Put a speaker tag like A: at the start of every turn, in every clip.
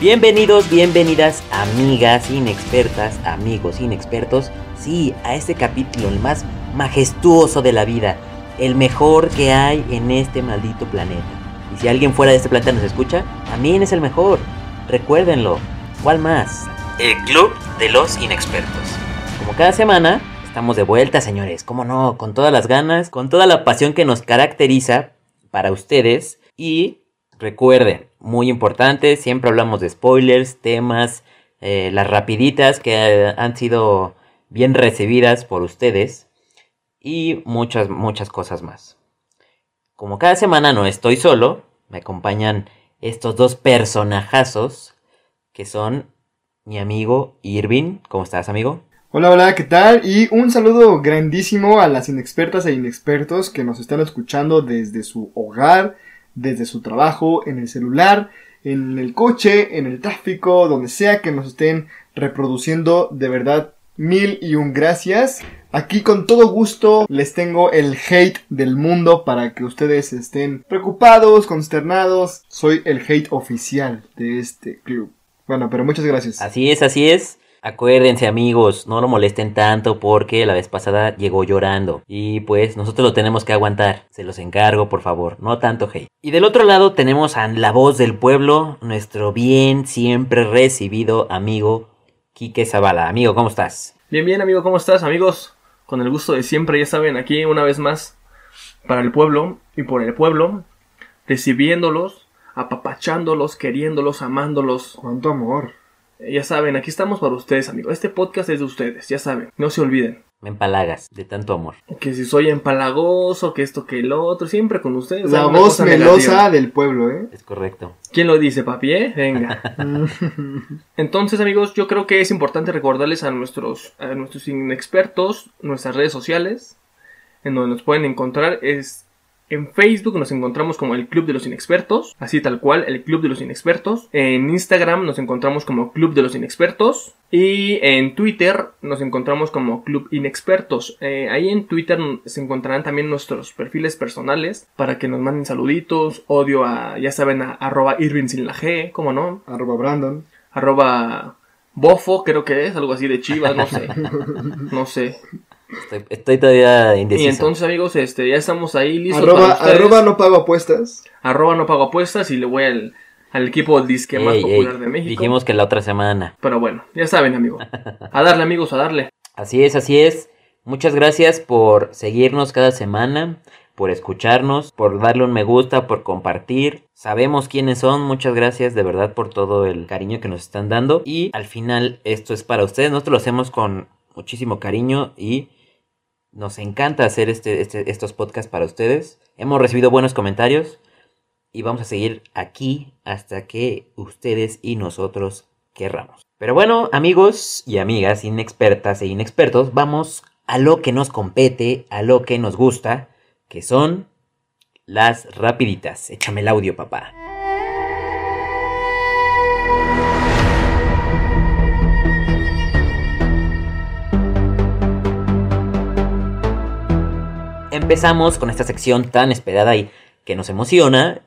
A: Bienvenidos, bienvenidas, amigas inexpertas, amigos inexpertos, sí, a este capítulo, el más majestuoso de la vida, el mejor que hay en este maldito planeta. Y si alguien fuera de este planeta nos escucha, también es el mejor. Recuérdenlo. ¿Cuál más? El Club de los Inexpertos. Como cada semana, estamos de vuelta, señores. ¿Cómo no? Con todas las ganas, con toda la pasión que nos caracteriza para ustedes. Y recuerden, muy importante, siempre hablamos de spoilers, temas, eh, las rapiditas que eh, han sido bien recibidas por ustedes y muchas, muchas cosas más. Como cada semana no estoy solo, me acompañan estos dos personajazos que son mi amigo Irving. ¿Cómo estás, amigo?
B: Hola, hola, ¿qué tal? Y un saludo grandísimo a las inexpertas e inexpertos que nos están escuchando desde su hogar, desde su trabajo, en el celular, en el coche, en el tráfico, donde sea que nos estén reproduciendo. De verdad, mil y un gracias. Aquí con todo gusto les tengo el hate del mundo para que ustedes estén preocupados, consternados. Soy el hate oficial de este club. Bueno, pero muchas gracias.
A: Así es, así es. Acuérdense amigos, no lo molesten tanto porque la vez pasada llegó llorando y pues nosotros lo tenemos que aguantar, se los encargo por favor, no tanto hate. Y del otro lado tenemos a la voz del pueblo, nuestro bien siempre recibido amigo Quique Zavala. Amigo, ¿cómo estás?
C: Bien, bien, amigo, ¿cómo estás, amigos? Con el gusto de siempre, ya saben, aquí una vez más para el pueblo y por el pueblo, recibiéndolos, apapachándolos, queriéndolos, amándolos.
B: Cuánto amor.
C: Eh, Ya saben, aquí estamos para ustedes, amigos. Este podcast es de ustedes, ya saben. No se olviden
A: Me empalagas de tanto amor.
C: que si soy empalagoso, que esto, que el otro, siempre con ustedes.
B: La
C: alguna
B: voz
C: cosa
B: melosa
C: negativa.
B: del pueblo, ¿eh?
A: Es correcto.
C: ¿Quién lo dice, papi? eh? Venga. Entonces, amigos, yo creo que es importante recordarles a nuestros, a nuestros inexpertos nuestras redes sociales, en donde nos pueden encontrar es en Facebook nos encontramos como el Club de los Inexpertos, así tal cual, el Club de los Inexpertos. En Instagram nos encontramos como Club de los Inexpertos. Y en Twitter nos encontramos como Club Inexpertos. Eh, ahí en Twitter se encontrarán también nuestros perfiles personales para que nos manden saluditos, odio a, ya saben, a arroba Irving sin la G, ¿cómo no?
B: Arroba Brandon.
C: arroba bofo, creo que es, algo así de chivas, no sé. No sé.
A: Estoy, estoy todavía indeciso.
C: Y entonces, amigos, este, ya estamos ahí listos
B: Arroba,
C: para ustedes.
B: arroba no pago apuestas.
C: Arroba no pago apuestas y le voy al, al equipo disque más
A: Ey, ey,
C: popular de México.
A: Dijimos que la otra semana.
C: Pero bueno, ya saben, amigos. A darle, amigos, a darle.
A: Así es, así es. Muchas gracias por seguirnos cada semana, por escucharnos, por darle un me gusta, por compartir. Sabemos quiénes son, muchas gracias de verdad por todo el cariño que nos están dando. Y al final esto es para ustedes, nosotros lo hacemos con muchísimo cariño y nos encanta hacer este, este- estos podcasts para ustedes. Hemos recibido buenos comentarios y vamos a seguir aquí hasta que ustedes y nosotros querramos. Pero bueno, amigos y amigas inexpertas e inexpertos, vamos a lo que nos compete, a lo que nos gusta, que son las rapiditas. Échame el audio, papá. Empezamos con esta sección tan esperada y que nos emociona,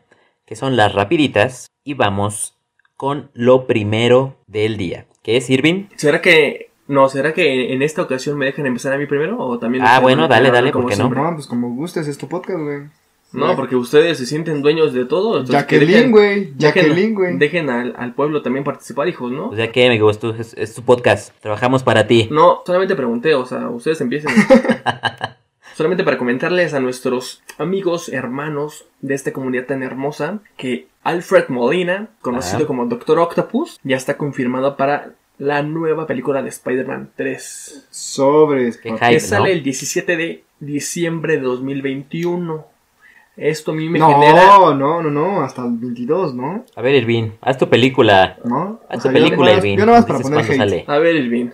A: que son las rapiditas, y vamos con lo primero del día, que es Irving.
C: ¿Será que... No, ¿será que en esta ocasión me dejan empezar a mí primero? ¿O también...
A: Ah,
C: ustedes
A: bueno,
C: me
A: dale,
C: dejan
A: dale,
C: como
A: ¿por qué no?
C: siempre?
B: No, pues como gustes, es tu podcast, güey.
C: No, porque ustedes se sienten dueños de todo. entonces que
B: Jacqueline,
C: dejen-
B: güey.
C: dejen-
B: Jacqueline, güey.
C: Dejen al, al pueblo también participar, hijos, ¿no?
A: O sea que, amigo, es tu, es- es tu podcast, trabajamos para ti.
C: No, solamente pregunté, o sea, ustedes empiecen. solamente para comentarles a nuestros amigos, hermanos de esta comunidad tan hermosa, que Alfred Molina, conocido
A: Ajá.
C: como Doctor Octopus, ya está confirmado para la nueva película de Spider-Man 3.
B: Sobres.
A: Qué
B: papá.
A: Ay,
C: que
A: no.
C: sale el 17 de diciembre de 2021. Esto a mí me genera...
B: No, no, no, no. Hasta el 22, ¿no?
A: A ver, Irvin, haz tu película.
B: ¿No?
A: Haz
B: O
A: tu
B: sea, yo
A: película,
B: nomás-
A: Irvin.
B: Yo nada más para
A: Dices
B: poner hate.
A: cuándo sale.
C: A ver, Irvin.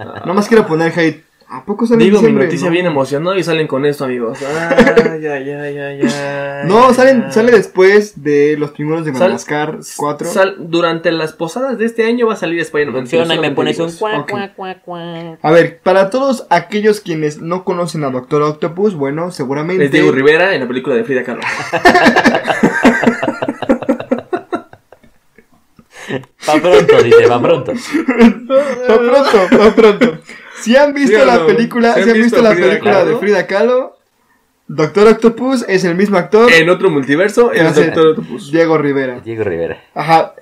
B: Nada más quiero poner hate. ¿A poco sale en
C: Digo mi
B: diciembre?
C: noticia
B: no.
C: bien emocionada y salen con esto, amigos. Ay, ay, ay, ay, ay.
B: No, salen, sale después de los primeros de
C: Sal-
B: Madagascar 4.
C: Sal- durante las posadas de este año va a salir Spider-Man.
A: Funciona y me
C: solamente
A: pones
C: digo
A: un
C: eso.
A: cuac,
B: Ok.
A: cuac, cuac, cuac.
B: A ver, para todos aquellos quienes no conocen a Doctor Octopus, bueno, seguramente.
C: Es Diego Rivera en la película de Frida Kahlo.
A: Pa' pronto, dice, va pronto.
B: Pa' pronto, pa' pronto. Si han visto
C: ¿Sí o
B: la
C: no?
B: película,
C: ¿Sí
B: si
C: han
B: han visto,
C: visto
B: la
C: Frida
B: película
C: Kahlo?
B: de Frida Kahlo, Doctor Octopus es el mismo actor,
C: En otro multiverso, el
B: Ya sé.
C: Doctor Octopus.
B: Diego Rivera.
A: Diego Rivera.
B: Ajá.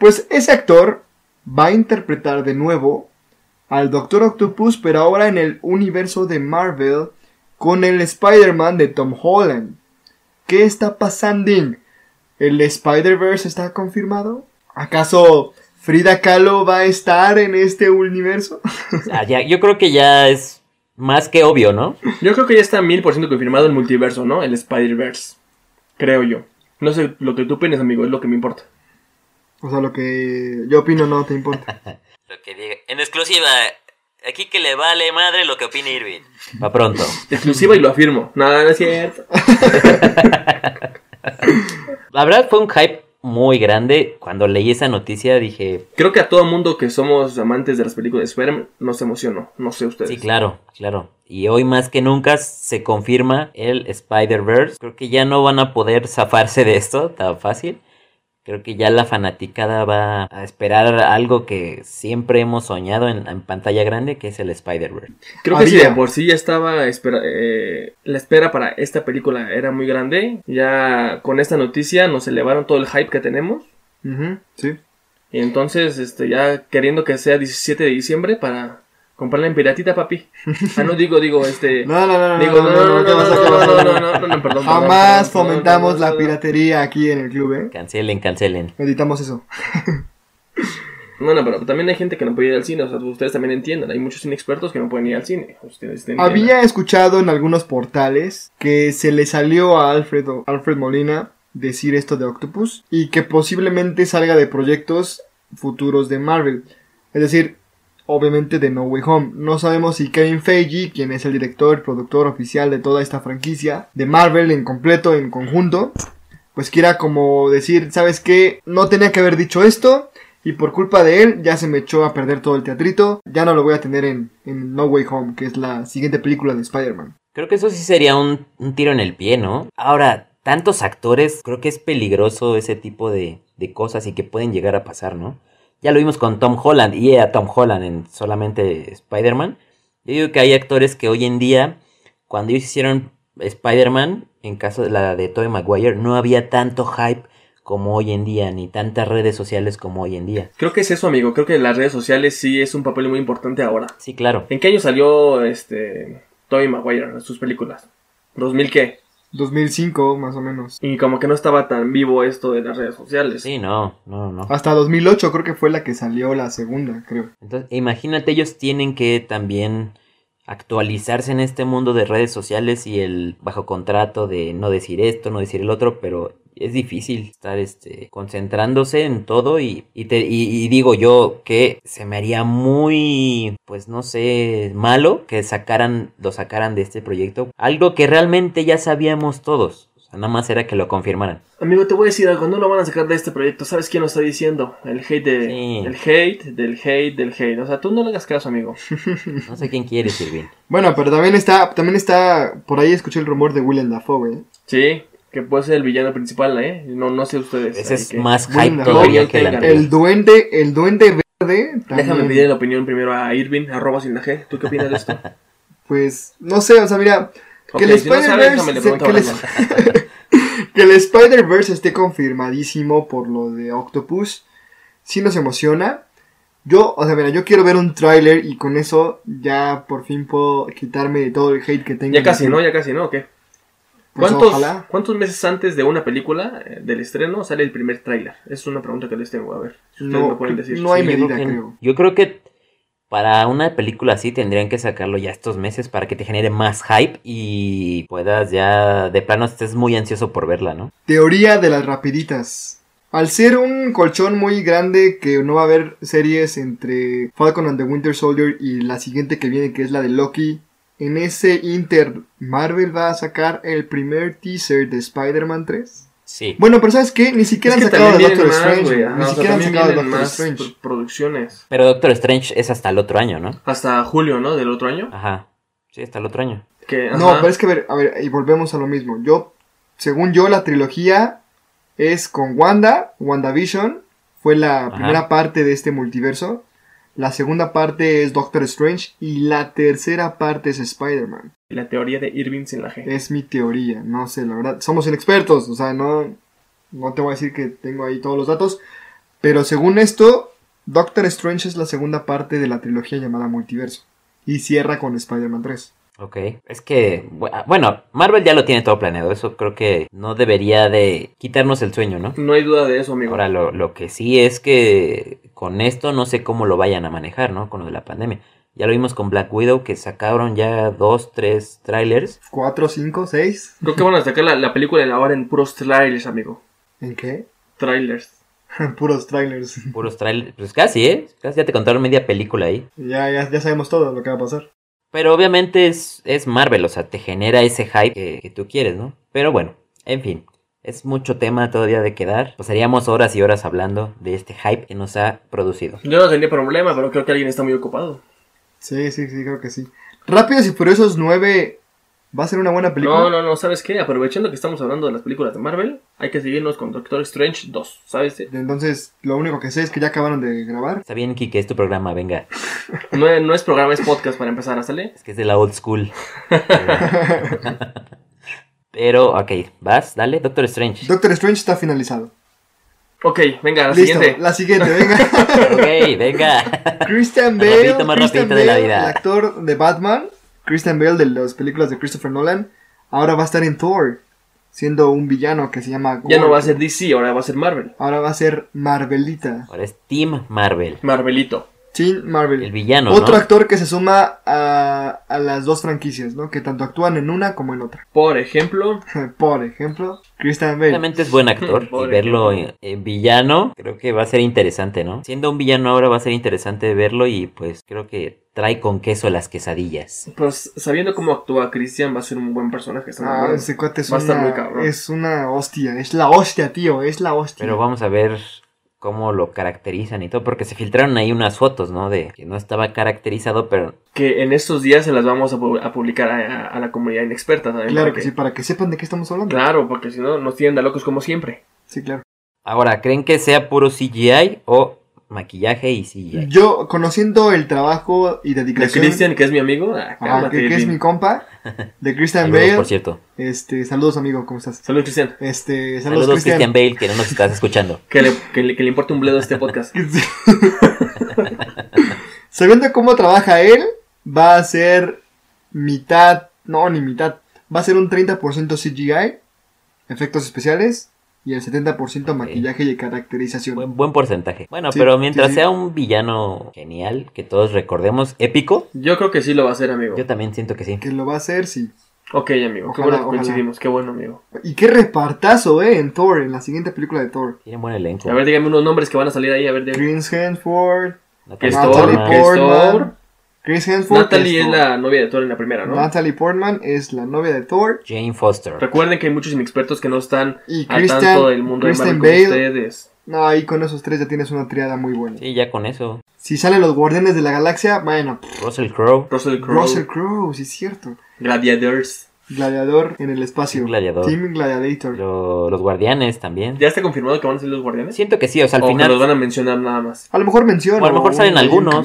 B: Pues ese actor va a interpretar de nuevo al Doctor Octopus, pero ahora en el universo de Marvel con el Spider-Man de Tom Holland. ¿Qué está pasando? ¿El Spider-Verse está confirmado? ¿Acaso Frida Kahlo va a estar en este universo?
A: Ah, ya, yo creo que ya es más que obvio, ¿no?
C: Yo creo que ya está mil por ciento confirmado el multiverso, ¿no? El Spider-Verse. Creo yo. No sé lo que tú opinas, amigo, es lo que me importa.
B: O sea, lo que yo opino no te importa.
A: Lo que diga. En exclusiva, aquí que le vale madre lo que opine Irving. Va pronto.
C: Exclusiva y lo afirmo. Nada, no es cierto.
A: La verdad fue un hype muy grande. Cuando leí esa noticia dije,
C: Creo que a todo mundo que somos amantes de las películas de Spider-Man nos emocionó. No sé ustedes.
A: sí, claro, claro. Y hoy más que nunca se confirma el Spider-Verse. Creo que ya no van a poder zafarse de esto tan fácil. Creo que ya la fanaticada va a esperar algo que siempre hemos soñado en, en pantalla grande, que es el Spider-Verse.
C: Creo que si
B: Había.
C: de por sí ya estaba espera- eh, la espera para esta película era muy grande. Ya con esta noticia nos elevaron todo el hype que tenemos.
B: Ujú, sí.
C: Y entonces, este, ya queriendo que sea 17 de diciembre para comprarla en piratita, papi. Ah, no digo, digo, este.
B: No, no, no, no,
C: digo,
B: no, no, no, ¿qué vas a
C: no,
B: hacer?
C: no, no, no, no, perdón,
B: Jamás
C: perdón, perdón,
B: fomentamos
C: perdón,
B: la
C: perdón.
B: piratería aquí en el club, ¿eh?
A: Cancelen, cancelen.
B: Editamos eso.
C: No, no, pero también hay gente que no puede ir al cine, o sea, ustedes también entiendan, hay muchos inexpertos que no pueden ir al cine. Ustedes entiendan.
B: Había escuchado en algunos portales que se le salió a Alfredo, Alfred Molina decir esto de Octopus y que posiblemente salga de proyectos futuros de Marvel. Es decir, obviamente de No Way Home. No sabemos si Kevin Feige, quien es el director, productor oficial de toda esta franquicia de Marvel en completo, en conjunto, pues quiera como decir, ¿sabes qué? No tenía que haber dicho esto. Y por culpa de él ya se me echó a perder todo el teatrito. Ya no lo voy a tener en, en No Way Home, que es la siguiente película de Spider-Man.
A: Creo que eso sí sería un, un tiro en el pie, ¿no? Ahora, tantos actores, creo que es peligroso ese tipo de, de cosas y que pueden llegar a pasar, ¿no? Ya lo vimos con Tom Holland y a Tom Holland en solamente Spider-Man. Yo digo que hay actores que hoy en día, cuando ellos hicieron Spider-Man, en caso de la de Tobey Maguire, no había tanto hype como hoy en día, ni tantas redes sociales como hoy en día.
C: Creo que es eso, amigo. Creo que las redes sociales sí es un papel muy importante ahora.
A: Sí, claro.
C: ¿En qué año salió este Tobey Maguire en sus películas? ¿2000 qué?
B: 2005, más o menos.
C: Y como que no estaba tan vivo esto de las redes sociales.
A: Sí, no, no, no.
B: Hasta 2008 creo que fue la que salió la segunda, creo.
A: Entonces, imagínate, ellos tienen que también actualizarse en este mundo de redes sociales y el bajo contrato de no decir esto, no decir el otro, pero es difícil estar este, concentrándose en todo y, y te, y- y digo yo que se me haría muy, pues no sé, malo que sacaran, lo sacaran de este proyecto, algo que realmente ya sabíamos todos, o sea, nada más era que lo confirmaran.
C: Amigo, te voy a decir algo. No lo van a sacar de este proyecto. ¿Sabes quién lo está diciendo? El hate de...
A: Sí.
C: El hate, del hate, del hate. O sea, tú no le hagas caso, amigo.
A: No sé quién quiere, Sirvin.
B: Bueno, pero también está, también está, por ahí escuché el rumor de Willem Dafoe, ¿eh?
C: Sí, que puede ser el villano principal, ¿eh? No, no sé ustedes.
A: Ese
C: ahí
A: es
C: que-
A: más
B: Bueno,
A: hype todavía
C: no,
A: que el
C: el-
A: anterior.
B: El duende, el duende verde.
C: Déjame
B: también.
C: pedir la opinión primero a Irving, arroba sin la G. ¿Tú qué opinas de esto?
B: Pues, no sé, o sea, mira,
C: Ok,
B: que el
C: si no sabes,
B: Spider-Verse
C: déjame le
B: se-
C: pregunto
B: que
C: a
B: el
C: Brandon.
B: que el Spider-Verse esté confirmadísimo por lo de Octopus, sí nos emociona. Yo, o sea, mira, yo quiero ver un tráiler y con eso ya por fin puedo quitarme de todo el hate que tengo.
C: Ya casi, ¿no? Ya casi, ¿no? ¿O qué?
B: Pues
C: ¿Cuántos,
B: ojalá.
C: ¿Cuántos meses antes de una película eh, del estreno sale el primer tráiler? Es una pregunta que les tengo, a ver. Si ustedes
B: No,
C: me pueden decir.
B: no hay
A: Sí, yo
B: medida,
A: creo que-
B: creo.
A: Yo creo que para una película así tendrían que sacarlo ya estos meses para que te genere más hype y puedas ya, de plano, estés muy ansioso por verla, ¿no?
B: Teoría de las rapiditas. Al ser un colchón muy grande que no va a haber series entre Falcon and the Winter Soldier y la siguiente que viene que es la de Loki, en ese Inter Marvel va a sacar el primer teaser de Spider-Man 3.
A: Sí.
B: Bueno, pero ¿sabes qué? Ni
C: Es
B: siquiera
C: que
B: han sacado de
C: también
B: Doctor
C: vienen más,
B: Strange.
C: güey,
B: güey.
C: ajá,
B: Ni
C: o sea,
B: siquiera han
C: también
B: sacado de
C: vienen
B: Doctor
C: más
B: Strange.
C: pro- producciones.
A: Pero Doctor Strange es hasta el otro año, ¿no?
C: Hasta julio, ¿no? Del otro año.
A: Ajá. Sí, hasta el otro año.
B: No,
C: Que,
B: pues-
C: ajá.
B: pero es que a ver, a ver, y volvemos a lo mismo. Yo, según yo, la trilogía es con Wanda, WandaVision, Fue la
A: Ajá.
B: primera parte de este multiverso. La segunda parte es Doctor Strange. Y la tercera parte es Spider-Man.
C: La teoría de Irving sin la G.
B: Es mi teoría. No sé, la verdad. Somos inexpertos. O sea, no, no te voy a decir que tengo ahí todos los datos. Pero según esto, Doctor Strange es la segunda parte de la trilogía llamada multiverso. Y cierra con Spider-Man 3.
A: Ok, es que, bu- ah, bueno, Marvel ya lo tiene todo planeado, eso creo que no debería de quitarnos el sueño, ¿no?
C: No hay duda de eso, amigo.
A: Ahora, lo, lo que sí es que con esto no sé cómo lo vayan a manejar, ¿no? Con lo de la pandemia. Ya lo vimos con Black Widow, que sacaron ya dos, tres trailers.
B: 4, 5, 6.
C: Creo que van a sacar la, la película de la hora en puros trailers, amigo.
B: ¿En qué?
C: Trailers.
B: Puros trailers.
A: Puros trailers, pues casi, ¿eh? Casi ya te contaron media película ahí.
B: Ya, ya, ya sabemos todo lo que va a pasar.
A: Pero obviamente es, es Marvel, o sea, te genera ese hype que, que tú quieres, ¿no? Pero bueno, en fin, es mucho tema todavía de quedar. Pasaríamos horas y horas hablando de este hype que nos ha producido.
C: Yo no tenía problema, pero creo que alguien está muy ocupado.
B: Sí, sí, sí, creo que sí. Rápidos y Furiosos 9 va a ser una buena película.
C: No, no, no, ¿sabes qué? Aprovechando que estamos hablando de las películas de Marvel, hay que seguirnos con Doctor Strange 2, ¿sabes?
B: Entonces, lo único que sé es que ya acabaron de grabar.
A: Está bien, Kike, es tu programa, venga.
C: No, es- no es programa, es podcast para empezar, ¿sale?
A: Es que es de la old school. Pero, ok, vas, dale, Doctor Strange.
B: Doctor Strange está finalizado.
C: Ok, venga, la
B: Listo,
C: siguiente.
B: la siguiente, venga.
A: ok, venga.
B: Christian
A: Más
B: Bale,
A: rapidito, más
B: Christian
A: rapidito de la
B: Bale,
A: vida.
B: el actor de Batman, Christian Bale de las películas de Christopher Nolan, ahora va a estar en Thor, siendo un villano que se llama
C: Ya no
B: Gorg.
C: va a ser DC, ahora va a ser Marvel.
B: Ahora va a ser Marvelita.
A: Ahora es Team Marvel.
C: Marvelito.
B: Team Marvel.
A: El villano,
B: Otro
A: ¿no?
B: actor que se suma a, a las dos franquicias, ¿no? Que tanto actúan en una como en otra.
C: Por ejemplo,
B: Por ejemplo, Christian Bale.
A: Obviamente es buen actor. Y
C: Pobre
A: verlo
C: tipo.
A: en, en villano, creo que va a ser interesante, ¿no? Siendo un villano ahora va a ser interesante verlo y pues creo que trae con queso las quesadillas.
C: pues sabiendo cómo actúa Christian, va a ser un buen personaje. está muy
B: Ah,
C: bueno.
B: ese cuate es
C: Va a estar muy
B: una,
C: cabrón.
B: es una hostia, es la hostia, tío, es la hostia.
A: Pero vamos a ver cómo lo caracterizan y todo, porque se filtraron ahí unas fotos, ¿no? De que no estaba caracterizado, pero
C: Que en estos días se las vamos a, pu- a publicar a, a- a la comunidad inexperta también.
B: Claro
C: para
B: que sí, para que sepan de qué estamos hablando.
C: Claro, porque si no, nos tienen de locos como siempre.
B: Sí, claro.
A: Ahora, ¿creen que sea puro CGI o maquillaje y CGI?
B: Yo, conociendo el trabajo y
C: De
B: dedicación
C: Christian, que es mi amigo. ah,
B: ajá,
C: cálmate,
B: que, que es
C: Irving.
B: mi compa, de Christian
A: Saludos,
B: Bale,
A: por cierto.
B: este, saludos amigo, ¿cómo estás?
C: Salud, Cristian.
B: Este, saludos,
A: Saludos, Christian
B: Christian.
A: Bale, que no nos estás escuchando.
C: Que le, que le, que le importa un bledo este podcast.
B: Sabiendo cómo trabaja él, va a ser mitad, no, ni mitad, va a ser un 30% CGI, efectos especiales, y el 70% maquillaje y caracterización.
A: Buen, buen porcentaje. Bueno,
B: Sí,
A: pero mientras
B: sí, sí.
A: sea un villano genial, que todos recordemos, épico,
C: Yo creo que sí lo va a hacer, amigo.
A: yo también siento que sí.
B: Que lo va a hacer, sí.
C: Ok, amigo.
B: Ojalá,
C: qué bueno que
B: ojalá.
C: coincidimos. Qué bueno, amigo.
B: Y qué repartazo, eh, en Thor, en la siguiente película de Thor.
A: Tiene buen elenco.
C: A ver, dígame unos nombres que van a salir ahí. A ver, de...
B: Chris Hemsworth,
A: Natalie
C: que es
B: Natalie
A: Portman,
C: que es
B: Portman.
C: Thor.
B: Chris Hemsworth.
C: Natalie es
B: Thor.
C: la novia de Thor en la primera, ¿no?
B: Natalie Portman es la novia de Thor.
A: Jane Foster.
C: Recuerden que hay muchos inexpertos que no están
B: Y
C: al tanto del
B: Christian,
C: mundo de
B: Christian
C: Marvel
B: Bale.
C: como ustedes.
B: No, ahí con esos tres ya tienes una triada muy buena.
A: Sí, ya con eso.
B: Si salen los Guardianes de la Galaxia, bueno, pff,
A: Russell Crowe,
C: Russell Crowe,
B: Russell Crowe, sí es cierto.
C: Gladiators.
B: Gladiador en el espacio.
A: Team Gladiador.
B: Team Gladiator.
A: lo- los guardianes también.
C: ¿Ya está confirmado que van a salir los guardianes?
A: Siento que sí, o sea, al
C: o que los
A: final.
C: van a mencionar nada más.
B: A lo mejor menciona.
A: o a lo mejor salen algunos,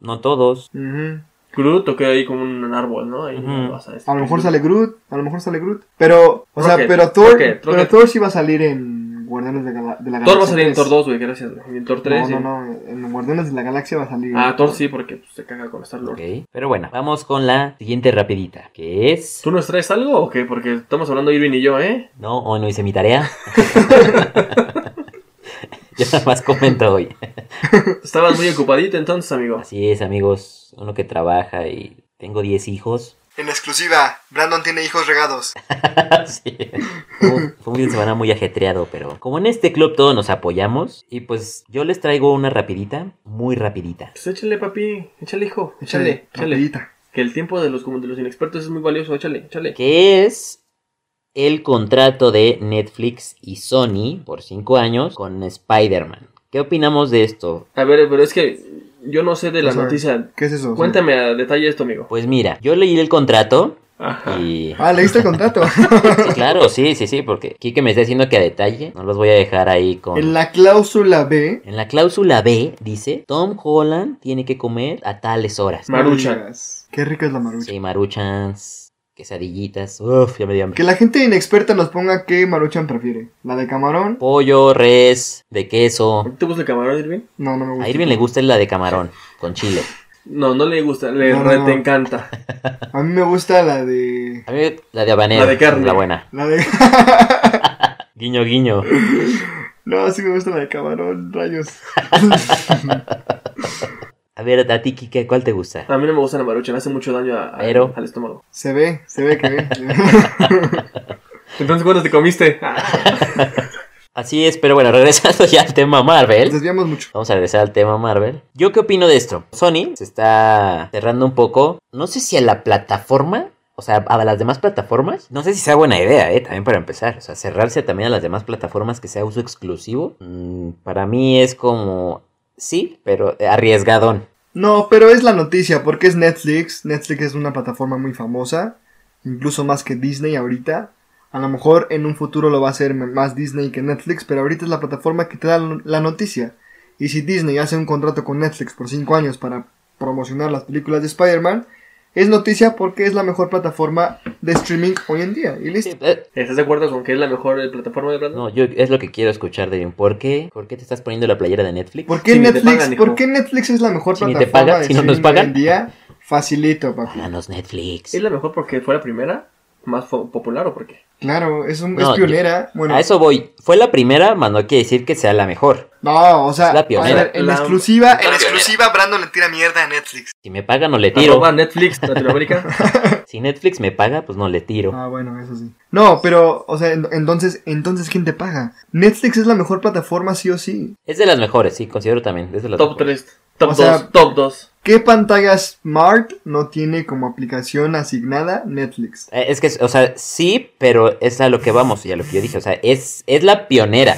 A: no todos.
C: Groot toqué ahí como un árbol, ¿no? Ahí
A: Ujú.
C: vas decir.
B: A lo mejor sale Groot, a lo mejor sale Groot. Pero, o sea,
C: Rocket,
B: pero Thor,
C: Rocket,
B: pero
C: Rocket.
B: Thor sí va a salir en Guardianes de, Gala- de la Galaxia.
C: Thor va a salir en
B: 3.
C: Thor 2, güey, gracias, güey. Y en Thor 3.
B: No,
C: y-
B: no, no, en Guardianes de la Galaxia va a salir.
C: Ah, Thor sí, porque pues, se caga con Star Lord.
A: Ok. Pero bueno, vamos con la siguiente rapidita, que es.
C: ¿Tú nos traes algo o qué? Porque estamos hablando Irving y yo, ¿eh?
A: No, hoy no hice mi tarea. Yo nada más comento hoy.
C: Estabas muy ocupadito entonces, amigo.
A: Así es, amigos. Uno que trabaja y tengo 10 hijos.
B: En exclusiva, Brandon tiene hijos regados.
A: Sí. Fue un- fue un fin de semana muy ajetreado, pero como en este club todos nos apoyamos, y pues yo les traigo una rapidita, muy rapidita.
C: Pues échale, papi. Échale, hijo. Échale,
B: Échale,
C: échale.
B: rapidita.
C: Que el tiempo de los, como de los inexpertos es muy valioso. Échale, échale.
A: Que es el contrato de Netflix y Sony por 5 años con Spider-Man. ¿Qué opinamos de esto?
C: A ver, pero es que yo no sé de la
B: O sea,
C: noticia.
B: ¿Qué es eso?
C: Cuéntame a detalle esto, amigo.
A: Pues mira, yo leí el contrato
C: Ajá.
A: Y
B: Ah, leíste el contrato.
A: sí, claro, sí, sí, sí, porque Kike me está diciendo que a detalle, no los voy a dejar ahí con...
B: en la cláusula B.
A: En la cláusula B dice, Tom Holland tiene que comer a tales horas.
C: Maruchan.
B: Qué rica es la marucha.
A: Sí, maruchans, quesadillitas, uff, ya me dio hambre.
B: Que la gente inexperta nos ponga qué maruchan prefiere. ¿La de camarón?
A: Pollo, res, de queso.
C: ¿Te gusta el camarón, Irving?
B: No, no me gusta.
A: A Irving le gusta la de camarón, con chile.
C: No, no le gusta, le
B: No, no,
C: re-
B: no.
C: te encanta.
B: A mí me gusta la de...
A: A mí la de habanero,
C: La de carne.
A: la buena.
B: La de...
A: Guiño, guiño.
B: No, sí me gusta la de camarón, rayos.
A: A ver, a ti, Kike, ¿cuál te gusta?
C: A mí no me gusta la maruchan, hace mucho daño a- a-
A: Pero-
C: al estómago.
B: Se ve, se ve que ve.
C: Entonces, ¿cuándo te comiste? Ah.
A: Así es, pero bueno, regresando ya al tema Marvel.
B: Nos desviamos mucho.
A: Vamos a regresar al tema Marvel. ¿Yo qué opino de esto? Sony se está cerrando un poco. No sé si a la plataforma, o sea, a las demás plataformas. No sé si sea buena idea, ¿eh? También para empezar. O sea, cerrarse también a las demás plataformas que sea uso exclusivo. mm, para mí es como... Sí, pero arriesgadón.
B: No, pero es la noticia, porque es Netflix. Netflix es una plataforma muy famosa, incluso más que Disney ahorita. A lo mejor en un futuro lo va a ser m- más Disney que Netflix, pero ahorita es la plataforma que te da la la noticia. Y si Disney hace un contrato con Netflix por 5 años para promocionar las películas de Spider-Man, es noticia porque es la mejor plataforma de streaming hoy en día. Y listo.
A: Sí, eh,
C: ¿Estás de acuerdo con que es la mejor eh, plataforma de plata?
A: No, yo es lo que quiero escuchar de ¿Por qué? ¿Por qué te estás poniendo la playera de Netflix?
B: ¿Por qué,
C: Si ni te
B: Netflix,
C: pagan, hijo.
B: ¿por qué Netflix es la mejor
A: Si ni te
B: plataforma
A: pagan,
B: de
A: si no nos
B: streaming hoy
A: pagan.
B: en día? Facilito, papá.
A: Háblanos Netflix.
C: ¿Es la mejor porque fue la primera? ¿Más fo- popular o por qué?
B: Claro, es, un,
A: No,
B: es
A: yo-
B: pionera. bueno,
A: A eso voy. Fue la primera, más no quiere decir que sea la mejor.
B: No, o sea,
A: Es la pionera.
B: a ver, en
C: La-
B: exclusiva,
A: la
B: en exclusiva Brandon le tira mierda a Netflix.
A: Si me paga, no le tiro.
C: Arroba Netflix Latinoamérica.
A: Si Netflix me paga, pues no le tiro.
B: Ah, bueno, eso sí. No, pero o sea, en- entonces, entonces quién te paga? Netflix es la mejor plataforma sí o sí.
A: Es de las mejores, sí, considero también. Es de las
C: top
A: mejores.
C: 3. Top
B: O
C: 2.
B: sea-
C: top 2.
B: ¿Qué pantalla Smart no tiene como aplicación asignada Netflix?
A: Eh, Es que, o sea, sí, pero es a lo que vamos y a lo que yo dije. O sea, es, es la pionera.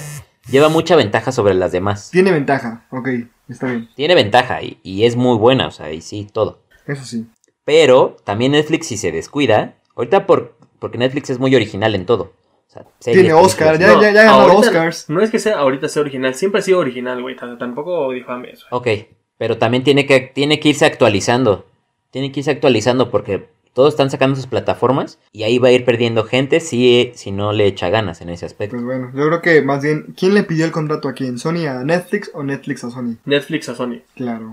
A: Lleva mucha ventaja sobre las demás.
B: Tiene ventaja, ok, está bien,
A: Tiene ventaja y, y es muy buena, o sea, y sí, todo.
B: eso sí.
A: Pero también Netflix, si se descuida, ahorita por, porque Netflix es muy original en todo. O sea, series,
B: Tiene Oscar,
A: películas,
B: ya, ya, ya ganó
C: ahorita-
B: Oscars.
C: No es que sea ahorita sea original, siempre ha sido original, güey. t- Tampoco difame eso.
A: Ok, pero también tiene que, tiene que irse actualizando. Tiene que irse actualizando porque todos están sacando sus plataformas y ahí va a ir perdiendo gente si, si no le echa ganas en ese aspecto.
B: Pues bueno, yo creo que más bien, ¿quién le pidió el contrato a quién? ¿Sony a Netflix o Netflix a Sony?
C: Netflix a Sony.
B: Claro.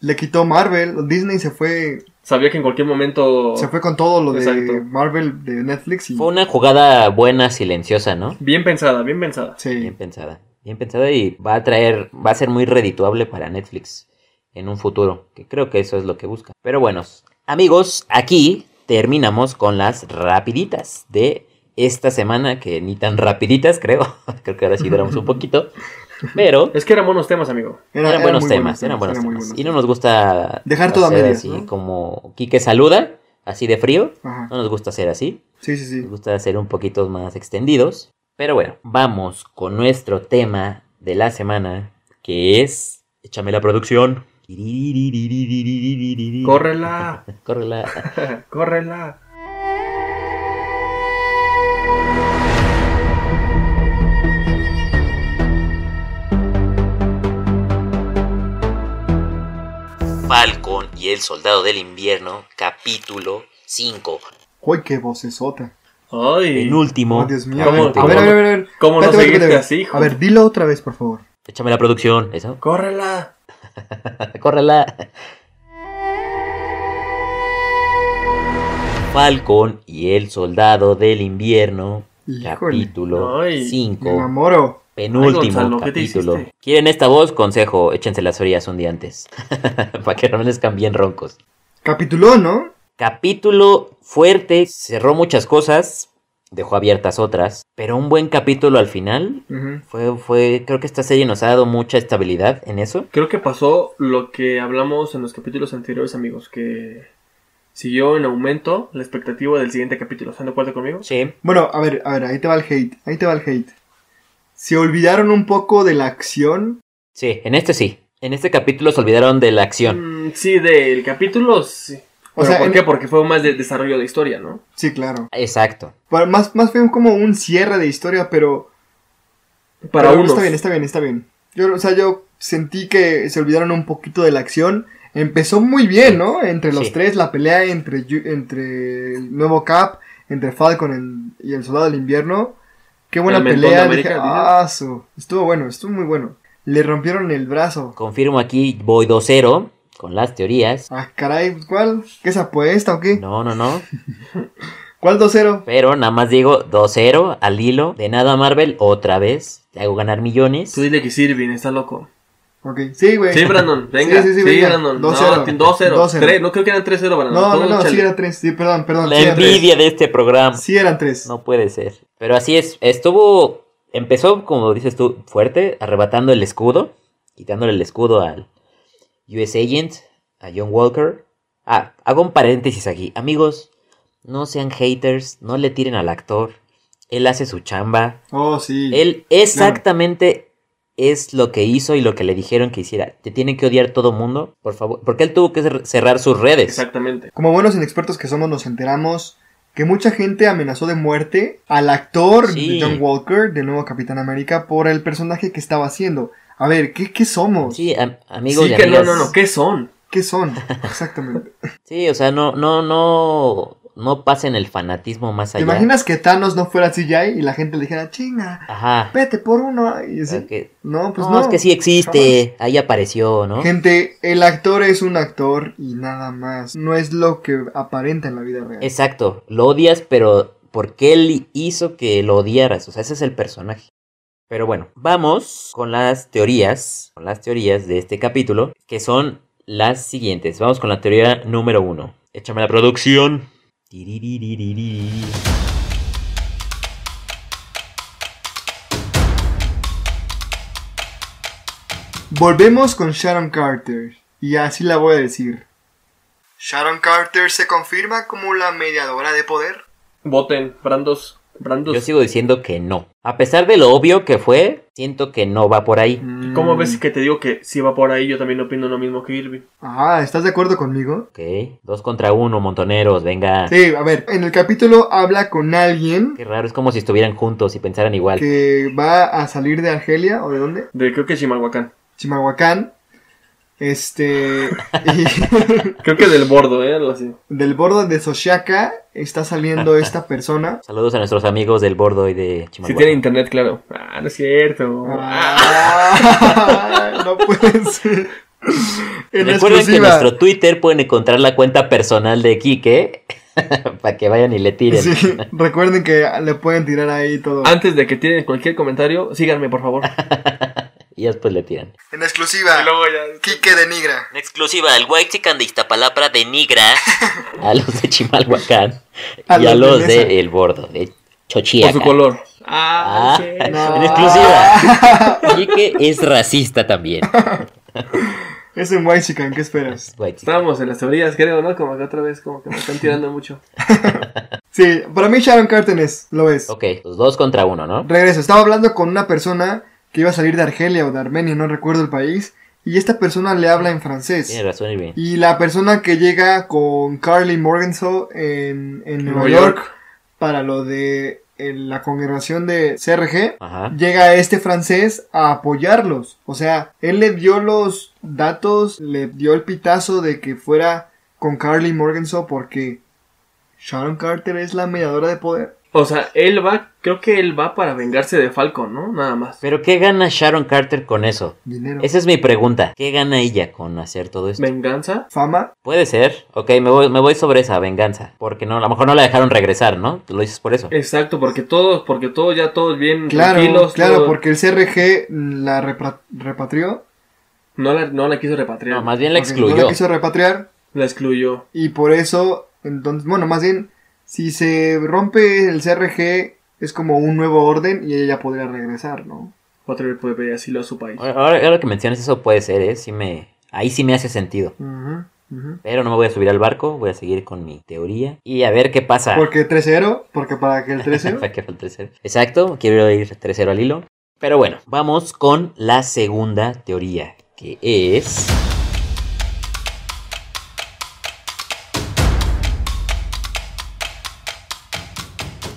B: Le quitó Marvel, Disney se fue
C: Sabía que en cualquier momento.
B: Se fue con todo lo de
C: Exacto.
B: Marvel, de Netflix y...
A: Fue una jugada buena, silenciosa, ¿no?
C: Bien pensada, bien pensada.
B: Sí.
A: Bien pensada. Bien pensada y va a traer, va a ser muy redituable para Netflix en un futuro, que creo que eso es lo que busca. Pero bueno, amigos, aquí terminamos con las rapiditas de esta semana, que ni tan rapiditas creo, creo que ahora sí duramos un poquito, pero
C: Es que eran buenos temas, amigo.
B: Era-
A: Eran,
B: eran
A: buenos
B: muy
A: temas, eran buenos
B: eran muy
A: temas. Y no nos gusta
B: Dejar todo a
A: hacer
B: medias,
A: así
B: ¿no?
A: como Quique saluda, así de frío.
B: Ajá.
A: No nos gusta hacer así.
B: Sí, sí, sí.
A: Nos gusta hacer un poquito más extendidos. Pero bueno, vamos con nuestro tema de la semana, que es échame la producción.
C: Córrela,
A: Córrela.
C: córrela.
A: Falcon y el soldado del invierno, capítulo 5.
B: Uy, qué vocesota.
C: Ay,
A: Penúltimo.
B: Oh, Dios mío.
A: capítulo.
B: A ver, a ver, a ver, a ver.
C: ¿Cómo no
B: Espérate, espérate,
C: seguiste
B: espérate.
C: así, hijo?
B: A ver, dilo otra vez, por favor.
A: Échame la producción. Eso.
C: córrela.
A: Córrela. Falcon y el soldado del invierno,
B: Híjole.
A: capítulo
C: Ay,
B: Me
A: 5,
B: enamoro.
A: penúltimo
C: Ay, Gonzalo, ¿qué te
A: capítulo.
C: hiciste?
A: ¿Quieren esta voz? Consejo, échense las orillas un día antes, para que no les cambien roncos.
B: Capituló, ¿no?
A: Capítulo fuerte, cerró muchas cosas, dejó abiertas otras, pero un buen capítulo al final.
B: Ujú.
A: Fue, fue, creo que esta serie nos ha dado mucha estabilidad en eso.
C: Creo que pasó lo que hablamos en los capítulos anteriores, amigos, que siguió en aumento la expectativa del siguiente capítulo. ¿Están de acuerdo conmigo?
A: Sí,
B: Bueno, a ver, a ver, ahí te va el hate. Ahí te va el hate. Se olvidaron un poco de la acción.
A: sí, en este sí. En este capítulo se olvidaron de la acción.
C: Mm, sí, del capítulo sí. O
B: sea,
C: sea, ¿Por
B: en-
C: qué? Porque fue más de desarrollo de historia, ¿no?
B: Sí, claro.
A: Exacto.
B: Para- Más, más fue como un cierre de historia, pero.
C: Para
B: pero
C: unos.
B: Está bien, está bien, está bien. Yo, o sea, yo sentí que se olvidaron un poquito de la acción. Empezó muy bien, ¿no? Entre los
A: Sí.
B: tres, la pelea entre, Yu- entre el nuevo Cap, entre Falcon en- y el Soldado del Invierno. Qué buena
C: El Mentón de
B: pelea.
C: América,
B: dije,
C: ¿dices?
B: "Ah, su". Estuvo bueno, estuvo muy bueno. Le rompieron el brazo.
A: Confirmo aquí, voy 2-0 con las teorías.
B: Ah, caray, ¿cuál? ¿Qué es apuesta o qué?
A: No, no, no.
B: ¿Cuál 2-0?
A: Pero nada más digo 2-0 al hilo. De nada Marvel, otra vez. Te hago ganar millones.
C: Tú dile que Sirvin está loco.
B: Ok, sí, güey.
C: Sí, Brandon, venga.
B: sí,
C: Sí,
B: sí, venga.
C: Brandon.
B: 2-0.
C: 2-0. No, 2-0.
B: 2-0.
C: Tres, No creo que eran 3-0, Brandon.
B: No, no,
C: Todo
B: no,
C: chale.
B: sí era 3. Sí, perdón, perdón.
A: La
B: sí era tres.
A: envidia de este programa.
B: Sí eran 3.
A: No puede ser. Pero así es, estuvo, empezó, como dices tú, fuerte, arrebatando el escudo, quitándole el escudo al US Agent, a John Walker. Ah, hago un paréntesis aquí. Amigos, no sean haters, no le tiren al actor. Él hace su chamba.
B: Oh, sí.
A: Él exactamente es lo que hizo y lo que le dijeron que hiciera. Te tienen que odiar todo mundo, por favor. Porque él tuvo que cer- cerrar sus redes.
C: Exactamente.
B: Como buenos inexpertos que somos, nos enteramos que mucha gente amenazó de muerte al actor
A: Sí.
B: de John Walker, del nuevo Capitán América, por el personaje que estaba haciendo. A ver, ¿qué, qué somos?
A: Sí, am- amigos
C: sí,
A: y
C: que no,
A: amigas.
C: no, no. ¿Qué son?
B: ¿Qué son? Exactamente.
A: Sí, o sea, no, no, no, no pasen el fanatismo más
B: ¿Te
A: allá.
B: imaginas que Thanos no fuera CGI y la gente le dijera, chinga,
A: Ajá.
B: vete por uno? Y así.
A: o sea que-
B: No, pues
A: no,
B: no.
A: es que sí existe, ahí apareció, ¿no?
B: Gente, el actor es un actor y nada más. No es lo que aparenta en la vida real.
A: Exacto, lo odias, pero ¿por qué él hizo que lo odiaras? O sea, ese es el personaje. Pero bueno, vamos con las teorías, con las teorías de este capítulo, que son las siguientes. Vamos con la teoría número uno. Échame la producción. Tiririririri.
B: Volvemos con Sharon Carter. Y así la voy a decir. Sharon Carter se confirma como la mediadora de poder.
C: Voten. Brandos. Brandos.
A: Yo sigo diciendo que no. A pesar de lo obvio que fue, siento que no va por ahí.
C: ¿Cómo
B: Mm.
C: ves que te digo que si va por ahí yo también opino lo mismo que Irving?
B: Ah, ¿estás de acuerdo conmigo?
A: Ok, dos contra uno, montoneros, venga.
B: Sí, a ver, en el capítulo habla con alguien
A: Qué raro, es como si estuvieran juntos y pensaran igual.
B: que va a salir de Argelia o de dónde?
C: De creo que Chimalhuacán.
B: Chimahuacán. Este. y-
C: Creo que del bordo, ¿eh? Algo así.
B: del borde de Sochiaca está saliendo esta persona.
A: Saludos a nuestros amigos del Bordo y de
C: Si
A: Chimalhuacán.
C: tiene internet, claro. Ah, no es cierto.
B: Ah, no puede ser. En
A: Recuerden que en
B: exclusiva.
A: nuestro Twitter pueden encontrar la cuenta personal de Quique para que vayan y le tiren.
B: Sí, recuerden que le pueden tirar ahí todo.
A: Ah,
C: Antes de que tienen cualquier comentario, síganme, por favor. y
A: Y después le tiran.
B: En exclusiva,
C: luego ya...
B: Quique denigra.
A: En exclusiva, el White Chicken de Iztapalapra denigra a los de Chimalhuacán
B: A
A: y a
B: los de
A: los de
B: Nesa.
A: El Bordo, de
C: Por
A: Chochiaca.
C: su color.
A: Ah,
C: Ah, sí.
B: No.
A: En exclusiva, Quique es racista también.
B: Es un white chican, ¿qué esperas?
A: White Chicken.
C: Estábamos en las teorías, creo, ¿no? Como que otra vez, como que me están tirando mucho.
B: Sí, para mí Sharon Carter es, lo es.
A: Ok, los dos contra uno, ¿no?
B: Regreso, estaba hablando con una persona que iba a salir de Argelia o de Armenia, no recuerdo el país, y esta persona le habla en francés.
A: Tiene razón, Irving.
B: Y la persona que llega con Carly Morgenthau en, en Nueva
C: Nueva
B: York,
C: York.
B: para lo de eh, la congregación de CRG,
A: Ajá.
B: llega este francés a apoyarlos. O sea, él le dio los datos, le dio el pitazo de que fuera con Carly Morgenthau porque Sharon Carter es la mediadora de poder.
C: O sea, él va, creo que él va para vengarse de Falcon, ¿no? Nada más.
A: Pero ¿qué gana Sharon Carter con eso?
B: Dinero.
A: Esa es mi pregunta. ¿Qué gana ella con hacer todo esto?
C: ¿Venganza?
B: Fama.
A: Puede ser. Ok, me voy, me voy sobre esa venganza. Porque no, a lo mejor no la dejaron regresar, ¿no? Tú lo dices por eso.
C: Exacto, porque todos, porque todos ya todos bien
B: Claro,
C: tranquilos.
B: claro,
C: todo-
B: porque el CRG la repra- repatrió.
C: No la, no la quiso repatriar.
A: No, más bien la
B: porque No
A: excluyó.
B: la quiso repatriar.
C: La excluyó.
B: Y por eso, entonces, bueno, más bien, si se rompe el CRG, es como un nuevo orden y ella ya podría regresar, ¿no?
C: Otra vez puede pedir asilo a su país.
A: Ahora, ahora que mencionas eso puede ser, ¿eh? Sí me... Ahí sí me hace sentido.
B: Ujú, ujú.
A: Pero no me voy a subir al barco, voy a seguir con mi teoría. Y a ver qué pasa.
B: Porque 3-0, porque para que el 3-0.
A: Para que falte el tercero. Exacto, quiero ir 3-0 al hilo. Pero bueno, vamos con la segunda teoría, que es...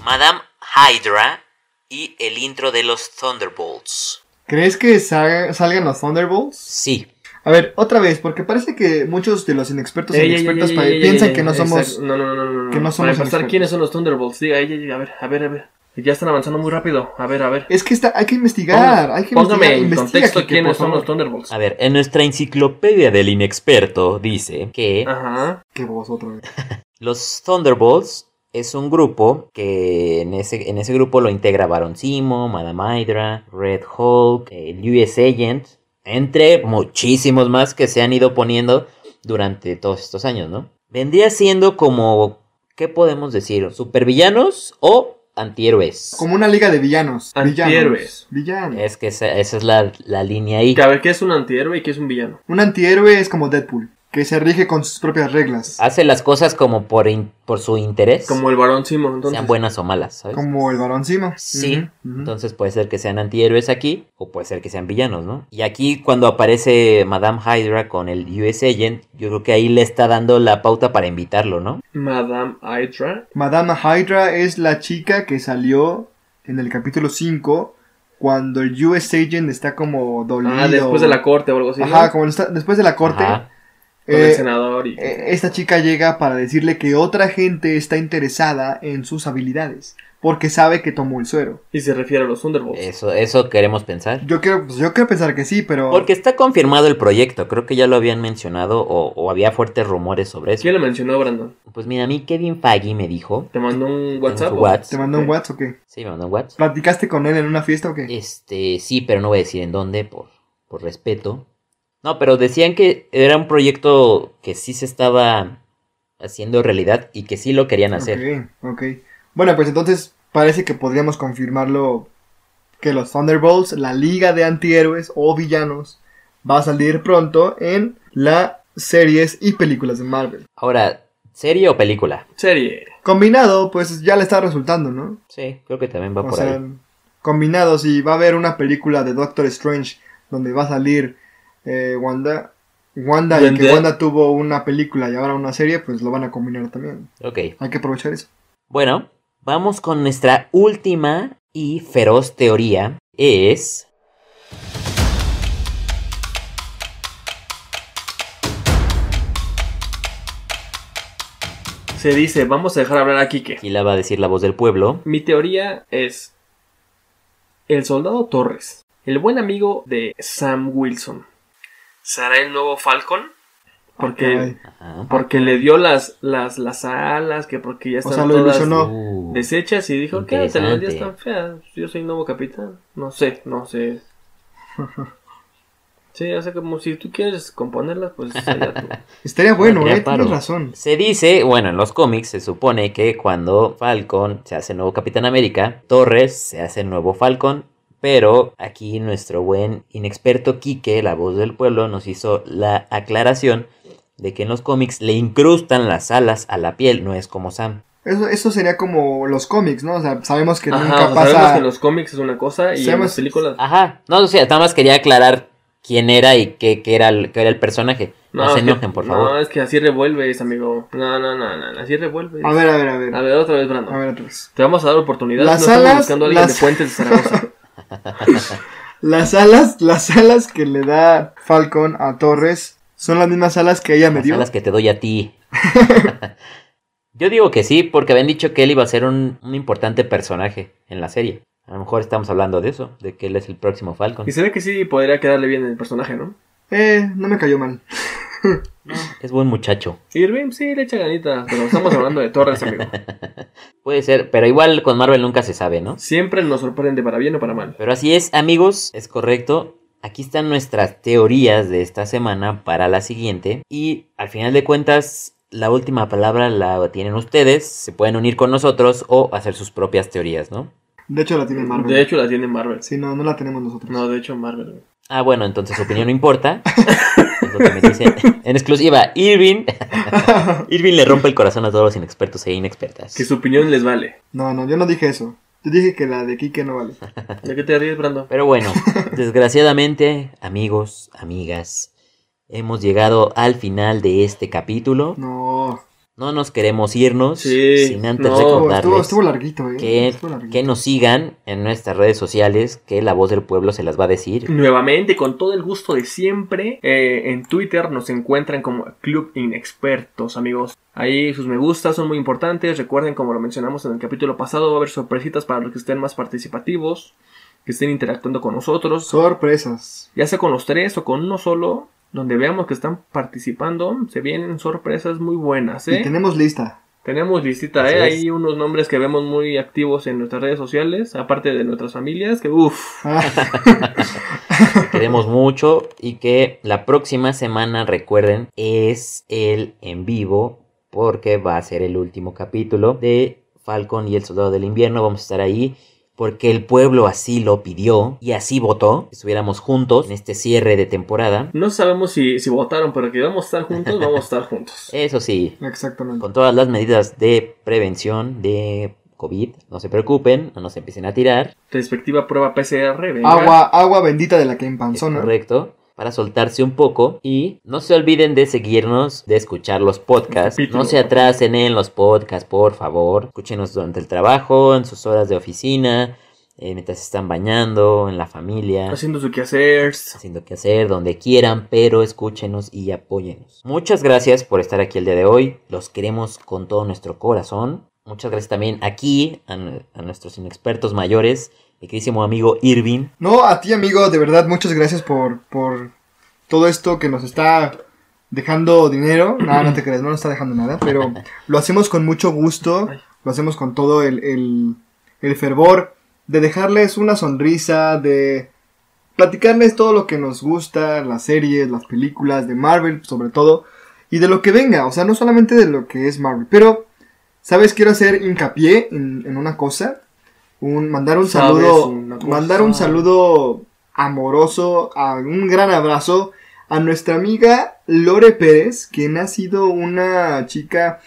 A: Madame Hydra y el intro de los Thunderbolts.
B: ¿Crees que salga- salgan los Thunderbolts?
A: Sí.
B: A ver, otra vez, porque parece que muchos de los inexpertos e
C: Ey, ey,
B: inexpertas
C: ey,
B: pa-
C: ey, ey,
B: piensan
C: ey,
B: que no
C: ey,
B: somos...
C: exacto. No, no, no, no, no,
B: que no
C: no.
B: somos
C: Para empezar,
B: expertos.
C: ¿quiénes son los Thunderbolts? Diga, ey, ey, a ver, a ver, a ver. Ya están avanzando muy rápido. A ver, a ver.
B: Es que está, hay que investigar, hay que
C: Póngame
B: investigar.
C: en
B: investiga,
C: contexto
B: Quique,
C: quiénes
B: por
C: son
B: favor.
C: los Thunderbolts.
A: A ver, en nuestra enciclopedia del inexperto dice que
C: Ajá.
B: Que vos otra vez.
A: los Thunderbolts es un grupo que en ese, en ese grupo lo integra Baron Simo, Madame Hydra, Red Hulk, el US Agent, entre muchísimos más que se han ido poniendo durante todos estos años, ¿no? Vendría siendo como, ¿qué podemos decir? ¿Supervillanos o antihéroes?
B: Como una liga de villanos.
C: Antihéroes.
B: Villanos. Villanos.
A: Es que esa, esa es la, la línea ahí.
C: Que a ver, ¿qué es un antihéroe y qué es un villano?
B: Un antihéroe es como Deadpool, que se rige con sus propias reglas.
A: Hace las cosas como por, in- por su interés,
C: Como el varón Simo, entonces.
A: sean buenas o malas, ¿sabes?
B: Como el varón Simo.
A: pues. Sí.
B: Ujú, ujú.
A: Entonces puede ser que sean antihéroes aquí o puede ser que sean villanos, ¿no? Y aquí cuando aparece Madame Hydra con el US Agent, yo creo que ahí le está dando la pauta para invitarlo, ¿no?
C: Madame Hydra.
B: Madame Hydra es la chica que salió en el capítulo 5 cuando el US Agent está como dolido.
C: Ah, después de la corte o algo así. ¿no?
B: Ajá, como está- después de la corte.
A: Ajá.
C: Con
B: eh,
C: el senador y.
B: eh, esta chica llega para decirle que otra gente está interesada en sus habilidades porque sabe que tomó el suero.
C: Y se refiere a los Thunderbolts.
A: Eso, eso queremos pensar.
B: Yo quiero, pues, yo quiero pensar que sí, pero
A: Porque está confirmado el proyecto, creo que ya lo habían mencionado o, o había fuertes rumores sobre eso.
C: ¿Quién le mencionó, Brandon?
A: Pues mira, a mí Kevin Feige me dijo
C: ¿Te mandó un
A: en
C: WhatsApp?
A: su
C: o-
B: te
A: WhatsApp.
B: mandó un
C: Ok.
B: WhatsApp o qué?
A: Sí, me mandó un WhatsApp.
B: ¿Platicaste con él en una fiesta o qué?
A: Este, sí, pero no voy a decir en dónde, por, por respeto. No, pero decían que era un proyecto que sí se estaba haciendo realidad y que sí lo querían hacer.
B: Ok, ok. Bueno, pues entonces parece que podríamos confirmarlo que los Thunderbolts, la liga de antihéroes o villanos, va a salir pronto en las series y películas de Marvel.
A: Ahora, ¿serie o película?
C: Serie.
B: Combinado, pues ya le está resultando, ¿no?
A: Sí, creo que también va
B: O
A: por
B: sea,
A: ahí.
B: combinado, si va a haber una película de Doctor Strange donde va a salir eh, Wanda, Wanda y que
C: Wanda.
B: Wanda tuvo una película y ahora una serie, pues lo van a combinar también.
A: Ok.
B: Hay que aprovechar eso.
A: Bueno, vamos con nuestra última y feroz teoría. Es.
C: Se dice, vamos a dejar hablar a Kike.
A: Aquí la va a decir la voz del pueblo.
C: Mi teoría es el soldado Torres, el buen amigo de Sam Wilson. ¿Será el nuevo Falcon? Porque,
B: Ay,
A: Ajá.
C: porque le dio las, las, las alas, que porque ya
B: O
C: están
B: sea, lo
C: todas
B: ilusionó.
A: Uh,
C: deshechas y dijo, ¿qué? Las
A: Interesante.
C: ya están feas, yo soy nuevo capitán. No sé, no sé. Sí, o sea, como si tú quieres componerlas, pues allá tú.
B: Estaría bueno,
A: Podría
B: eh,
A: paro.
B: tienes razón.
A: Se dice, bueno, en los cómics se supone que cuando Falcon se hace nuevo Capitán América, Torres se hace nuevo Falcon, pero aquí nuestro buen inexperto Quique, la voz del pueblo, nos hizo la aclaración de que en los cómics le incrustan las alas a la piel, no es como Sam.
B: Eso, eso sería como los cómics, ¿no? O sea, sabemos que
C: Ajá,
B: nunca
C: o sea, sabemos
B: pasa.
C: que en los cómics es una cosa y en
B: Sabemos-
C: las películas...
A: Ajá, no, o sea, nada más quería aclarar quién era y qué, qué era, el, qué era el personaje. No, se
C: es que-
A: enojen, por favor.
C: No, es que así revuelves, amigo. No, no, no, no, no, así revuelves.
B: A ver, a ver, a ver.
C: A ver, otra vez,
B: A
C: Brandon.
B: ver, otra vez.
C: Te vamos a dar oportunidad.
B: Las
C: no estamos
B: alas-
C: buscando a alguien
B: las-
C: de Puentes de Zaragoza.
B: Las alas, las alas que le da Falcon a Torres son las mismas alas que ella me
A: Las
B: dio.
A: alas que te doy a ti. Yo digo que sí, porque habían dicho que él iba a ser un, un importante personaje en la serie. A lo mejor estamos hablando de eso, de que él es el próximo Falcon.
C: y se ve que sí podría quedarle bien el personaje, ¿no?
B: Eh, no me cayó mal.
A: Es buen muchacho.
C: Irving sí le echa ganita, pero estamos hablando de Torres, amigo.
A: Puede ser, pero igual con Marvel nunca se sabe, ¿no?
C: Siempre nos sorprende para bien o para mal.
A: Pero así es, amigos, es correcto. Aquí están nuestras teorías de esta semana para la siguiente. Y al final de cuentas, la última palabra la tienen ustedes. Se pueden unir con nosotros o hacer sus propias teorías, ¿no?
B: De hecho, la tiene Marvel.
C: De hecho, la tiene Marvel.
B: Sí, no, no la tenemos nosotros.
C: No, de hecho, Marvel.
A: Ah, bueno, entonces su opinión no importa. es lo que me dicen. En exclusiva, Irving. Irving le rompe el corazón a todos los inexpertos e inexpertas.
C: Que su opinión les vale.
B: No, no, yo no dije eso. Yo dije que la de Kike no vale.
C: ¿De qué te ríes, Brandon?
A: Pero bueno, desgraciadamente, amigos, amigas, hemos llegado al final de este capítulo.
B: No.
A: No nos queremos irnos
C: Sí,
A: sin antes
C: no.
B: Estuvo,
A: recordarles
B: estuvo- estuvo larguito, eh.
A: que,
B: Estuvo larguito.
A: que nos sigan en nuestras redes sociales, que la voz del pueblo se las va a decir.
C: Nuevamente, con todo el gusto de siempre, eh, en Twitter nos encuentran como Club Inexpertos, amigos. Ahí sus me gustas son muy importantes. Recuerden, como lo mencionamos en el capítulo pasado, va a haber sorpresitas para los que estén más participativos, que estén interactuando con nosotros,
B: Sorpresas.
C: ya sea con los tres o con uno solo. Donde veamos que están participando, se vienen sorpresas muy buenas, ¿eh?
B: Y tenemos lista.
C: Tenemos listita,
A: Así
C: ¿eh?
A: es.
C: Hay unos nombres que vemos muy activos en nuestras redes sociales, aparte de nuestras familias, que uff.
B: Ah,
A: Te queremos mucho y que la próxima semana, recuerden, es el en vivo porque va a ser el último capítulo de Falcon y el Soldado del Invierno. Vamos a estar ahí porque el pueblo así lo pidió y así votó. que Estuviéramos juntos en este cierre de temporada.
C: No sabemos si, si votaron, pero que vamos a estar juntos, vamos a estar juntos.
A: Eso sí,
B: exactamente.
C: Pues,
A: con todas las medidas de prevención de COVID, no se preocupen, no nos empiecen a tirar.
C: Respectiva prueba PCR, venga.
A: Ah,
B: Agua, agua bendita de la que
A: Es
B: empanzona.
A: correcto. Para soltarse un poco. Y no se olviden de seguirnos, de escuchar los podcasts.
C: Capítulo.
A: No se atrasen en los podcasts, por favor. Escúchenos durante el trabajo, en sus horas de oficina, eh, mientras se están bañando, en la familia.
C: Haciendo su quehacer.
A: Haciendo que hacer donde quieran, pero escúchenos y apóyennos. Muchas gracias por estar aquí el día de hoy. Los queremos con todo nuestro corazón. Muchas gracias también aquí a, nu- a nuestros inexpertos mayores, mi queridísimo amigo Irving.
B: No, a ti, amigo, de verdad, muchas gracias por, por todo esto que nos está dejando dinero. No, no te creas, no nos está dejando nada, pero lo hacemos con mucho gusto, lo hacemos con todo el, el- el fervor de dejarles una sonrisa, de platicarles todo lo que nos gusta, las series, las películas de Marvel, sobre todo, y de lo que venga, o sea, no solamente de lo que es Marvel, pero, ¿sabes? Quiero hacer hincapié en, en una cosa. Un, mandar un
C: Sabes
B: saludo
C: una cosa.
B: mandar un saludo amoroso, a un gran abrazo a nuestra amiga Lore Pérez, quien ha sido una chica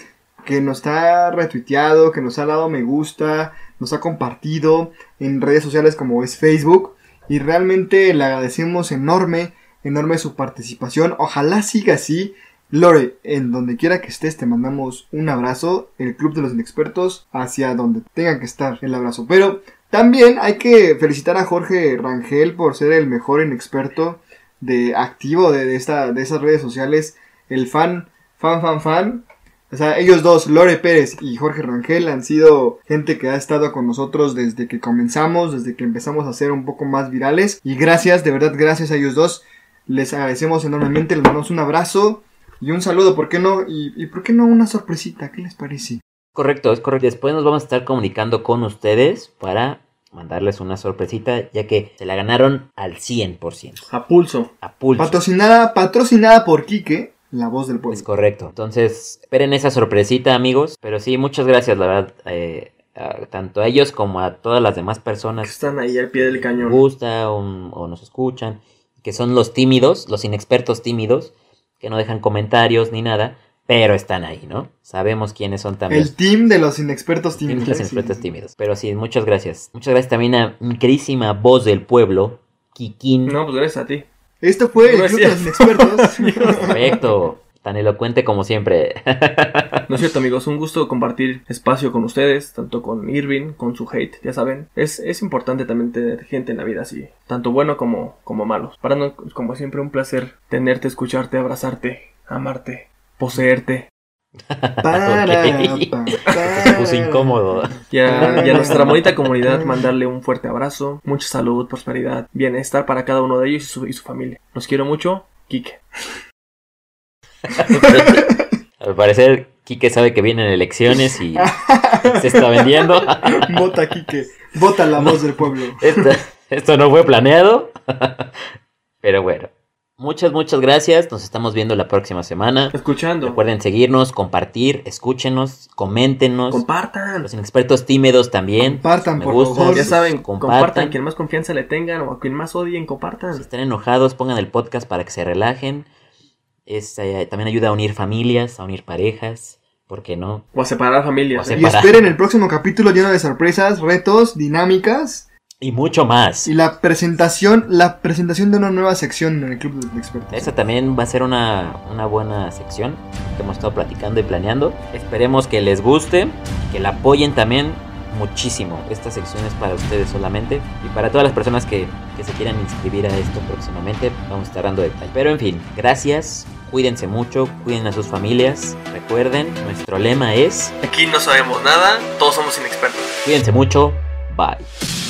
B: que nos ha retuiteado, que nos ha dado me gusta, nos ha compartido en redes sociales como es Facebook y realmente le agradecemos enorme, enorme su participación. Ojalá siga así. Lore, en donde quiera que estés, te mandamos un abrazo. El Club de los Inexpertos, hacia donde tenga que estar el abrazo. Pero también hay que felicitar a Jorge Rangel por ser el mejor inexperto de activo de, de esta, de esas redes sociales. El fan, fan, fan, fan. O sea, ellos dos, Lore Pérez y Jorge Rangel, han sido gente que ha estado con nosotros desde que comenzamos, desde que empezamos a ser un poco más virales. Y gracias, de verdad, gracias a ellos dos. Les agradecemos enormemente, les mandamos un abrazo y un saludo, ¿por qué no? Y, y ¿por qué no una sorpresita? ¿Qué les parece?
A: Correcto, es correcto. Después nos vamos a estar comunicando con ustedes para mandarles una sorpresita, ya que se la ganaron al 100%.
C: A pulso.
A: A pulso.
B: Patrocinada, patrocinada por Quique, la voz del pueblo.
A: Es correcto. Entonces, esperen esa sorpresita, amigos. Pero sí, muchas gracias, la verdad. eh, a- tanto a ellos como a todas las demás
C: Que
A: personas
C: están ahí al pie del
A: que nos
C: cañón.
A: gusta o- o nos escuchan, que son los tímidos, los inexpertos tímidos, que no dejan comentarios ni nada, pero están ahí, ¿no? Sabemos quiénes son también.
B: El team de los inexpertos
A: Tienen
B: tímidos.
A: las
B: sí,
A: interpretas
B: sí, sí.
A: tímidos. Pero sí, muchas gracias. Muchas gracias también a mi queridísima voz del pueblo, Kikín.
C: No, pues gracias a ti.
B: Esto fue el
C: No es
B: Club de los Inexpertos.
A: Perfecto. Tan elocuente como siempre.
C: No es cierto, amigos. Un gusto compartir espacio con ustedes, tanto con Irving, con su hate, ya saben. Es, es importante también tener gente en la vida así, tanto bueno como, como malo. Brandon, como siempre, un placer tenerte, escucharte, abrazarte, amarte, poseerte.
B: Para,
A: Ok.
B: pa,
A: Se puso incómodo.
C: Y a, y a nuestra bonita comunidad mandarle un fuerte abrazo, mucha salud, prosperidad, bienestar para cada uno de ellos y su, y su familia. Los quiero mucho, Kike.
A: Al parecer, Kike sabe que vienen elecciones y se está vendiendo.
B: Vota Quique, vota la voz del pueblo.
A: Esto, esto no fue planeado. Pero bueno. Muchas, muchas gracias. Nos estamos viendo la próxima semana.
C: Escuchando.
A: Recuerden seguirnos, compartir, escúchenos, coméntenos.
C: Compartan.
A: Los inexpertos tímidos también.
B: Compartan,
A: Me
B: por
A: gusta,
B: favor.
C: Ya saben,
A: Compartan.
C: compartan. Quien más confianza le tengan o a quien más odien, compartan.
A: Si están enojados, pongan el podcast para que se relajen. Es, eh, también ayuda a unir familias, a unir parejas. ¿Por qué no?
C: O a separar familias.
A: O a
C: ¿eh?
B: Y esperen el próximo capítulo lleno de sorpresas, retos, dinámicas
A: Y mucho más.
B: y la presentación, la presentación de una nueva sección en el Club de los Inexpertos.
A: Esa también va a ser una, una buena sección. que hemos estado platicando y planeando. Esperemos que les guste, que la apoyen también muchísimo. Esta sección es para ustedes solamente y para todas las personas que, que se quieran inscribir a esto próximamente. Vamos a estar dando detalle. Pero en fin, gracias. Cuídense mucho, cuiden a sus familias. Recuerden, nuestro lema es
C: Aquí no sabemos nada, todos somos inexpertos.
A: cuídense mucho, bye.